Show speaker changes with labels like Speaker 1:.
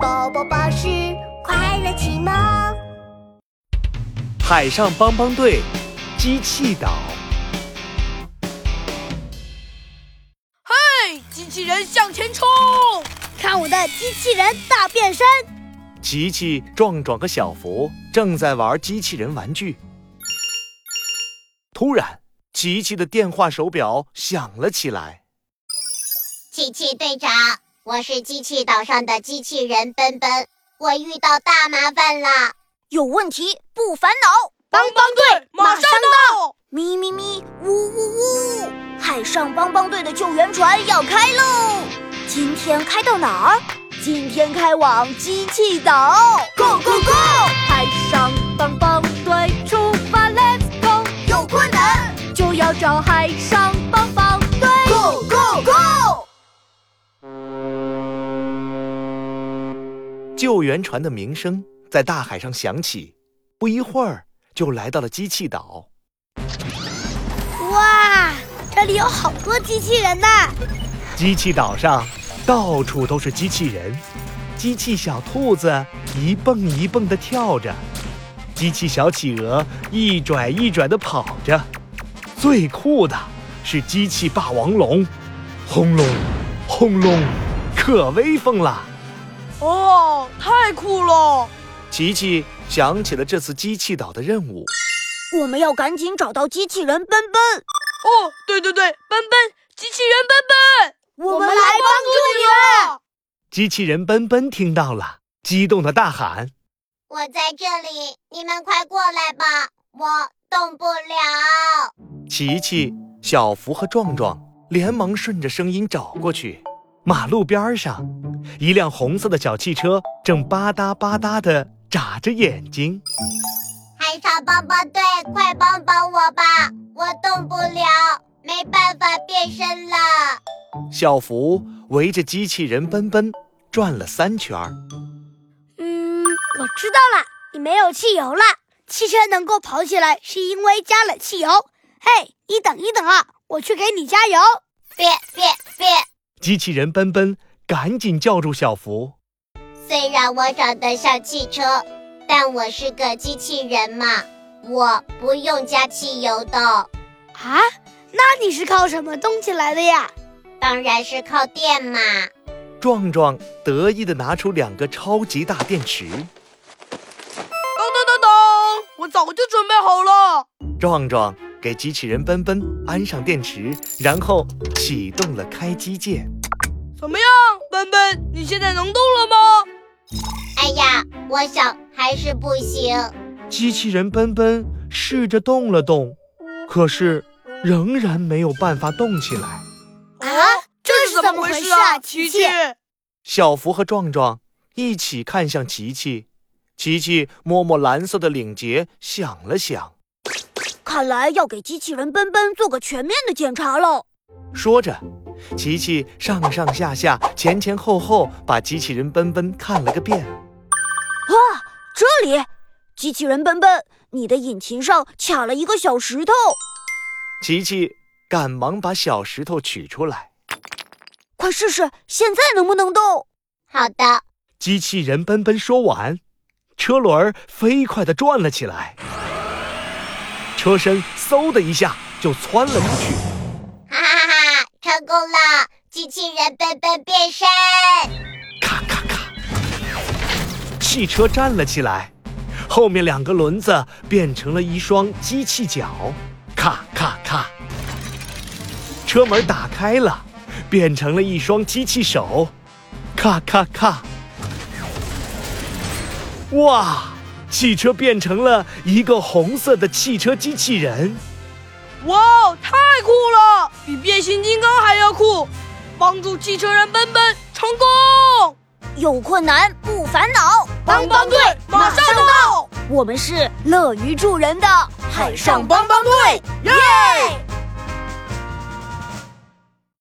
Speaker 1: 宝宝巴士快乐启蒙。
Speaker 2: 海上帮帮队，机器岛。
Speaker 3: 嘿，机器人向前冲！
Speaker 4: 看我的机器人大变身！
Speaker 2: 琪琪、壮壮和小福正在玩机器人玩具。突然，琪琪的电话手表响了起来。
Speaker 5: 琪琪队长，我是机器岛上的机器人奔奔，我遇到大麻烦啦！
Speaker 4: 有问题不烦恼，
Speaker 3: 帮帮队马上到！
Speaker 4: 咪咪咪，呜呜呜！海上帮帮队的救援船要开喽！今天开到哪儿？今天开往机器岛！Go go go！
Speaker 6: 海上帮帮队出发，Let's go！
Speaker 4: 有困难
Speaker 6: 就要找海上帮帮队。
Speaker 4: ，Go go go！
Speaker 2: 救援船的鸣声在大海上响起，不一会儿就来到了机器岛。
Speaker 4: 哇，这里有好多机器人呐、
Speaker 2: 机器岛上到处都是机器人，机器小兔子一蹦一蹦地跳着，机器小企鹅一拽一拽地跑着，最酷的是机器霸王龙，轰隆，轰隆，可威风了。
Speaker 3: 哦，太酷了！哦
Speaker 2: 琪琪想起了这次机器岛的任务，
Speaker 4: 我们要赶紧找到机器人奔奔，
Speaker 3: 哦，对对对，奔奔，机器人奔奔，
Speaker 4: 我
Speaker 3: 帮助你了！
Speaker 2: 机器人奔奔听到了，激动地大喊。
Speaker 5: 我在这里，你们快过来吧，我动不了。
Speaker 2: 琪琪、小福和壮壮连忙顺着声音找过去。马路边儿上，一辆红色的小汽车正吧嗒吧嗒地眨着眼睛。
Speaker 5: 海上帮帮队，快帮帮我吧，我动不了，没办法变身了。
Speaker 2: 小福围着机器人奔奔转了三圈儿。
Speaker 4: 嗯，我知道了，你没有汽油了。汽车能够跑起来是因为加了汽油。嘿，你等一等啊，我去给你加油。
Speaker 5: 别别别！
Speaker 2: 机器人奔奔赶紧叫住小福。
Speaker 5: 虽然我长得像汽车，但我是个机器人嘛，我不用加汽油的，
Speaker 4: 啊，那你是靠什么动起来的呀？
Speaker 5: 当然是靠电嘛。
Speaker 2: 壮壮得意地拿出两个超级大电池。
Speaker 3: 噔噔噔噔，我早就准备好了。
Speaker 2: 壮壮给机器人奔奔安上电池，然后启动了开机键。
Speaker 3: 怎么样，奔奔，你现在能动了吗？
Speaker 5: 哎呀，我想还是不行。
Speaker 2: 机器人奔奔试着动了动，可是仍然没有办法动起来。
Speaker 4: 啊，
Speaker 3: 这是怎么回事啊，琪琪？
Speaker 2: 小福和壮壮一起看向琪琪，琪琪摸摸蓝色的领结，想了想，
Speaker 4: 看来要给机器人奔奔做个全面的检查喽。
Speaker 2: 说着，琪琪上上下下、前前后后把机器人奔奔看了个遍。
Speaker 4: 哇，这里，机器人奔奔，你的引擎上卡了一个小石头，
Speaker 2: 琪琪赶忙把小石头取出来。
Speaker 4: 快试试现在能不能动？
Speaker 5: 好的，
Speaker 2: 机器人奔奔说完，车轮儿飞快地转了起来，车身嗖的一下就窜了出去。
Speaker 5: 哈哈哈哈，成功了！机器人笨笨变身，
Speaker 2: 咔咔咔，汽车站了起来，后面两个轮子变成了一双机器脚，咔咔咔。车门打开了，变成了一双机器手，咔咔咔。哇，汽车变成了一个红色的汽车机器人。
Speaker 3: 哇哦，太酷了，比变形金刚还要酷！帮助汽车人奔奔成功，
Speaker 4: 有困难不烦恼，
Speaker 3: 队马上到。
Speaker 4: 我们是乐于助人的海上帮帮队，耶！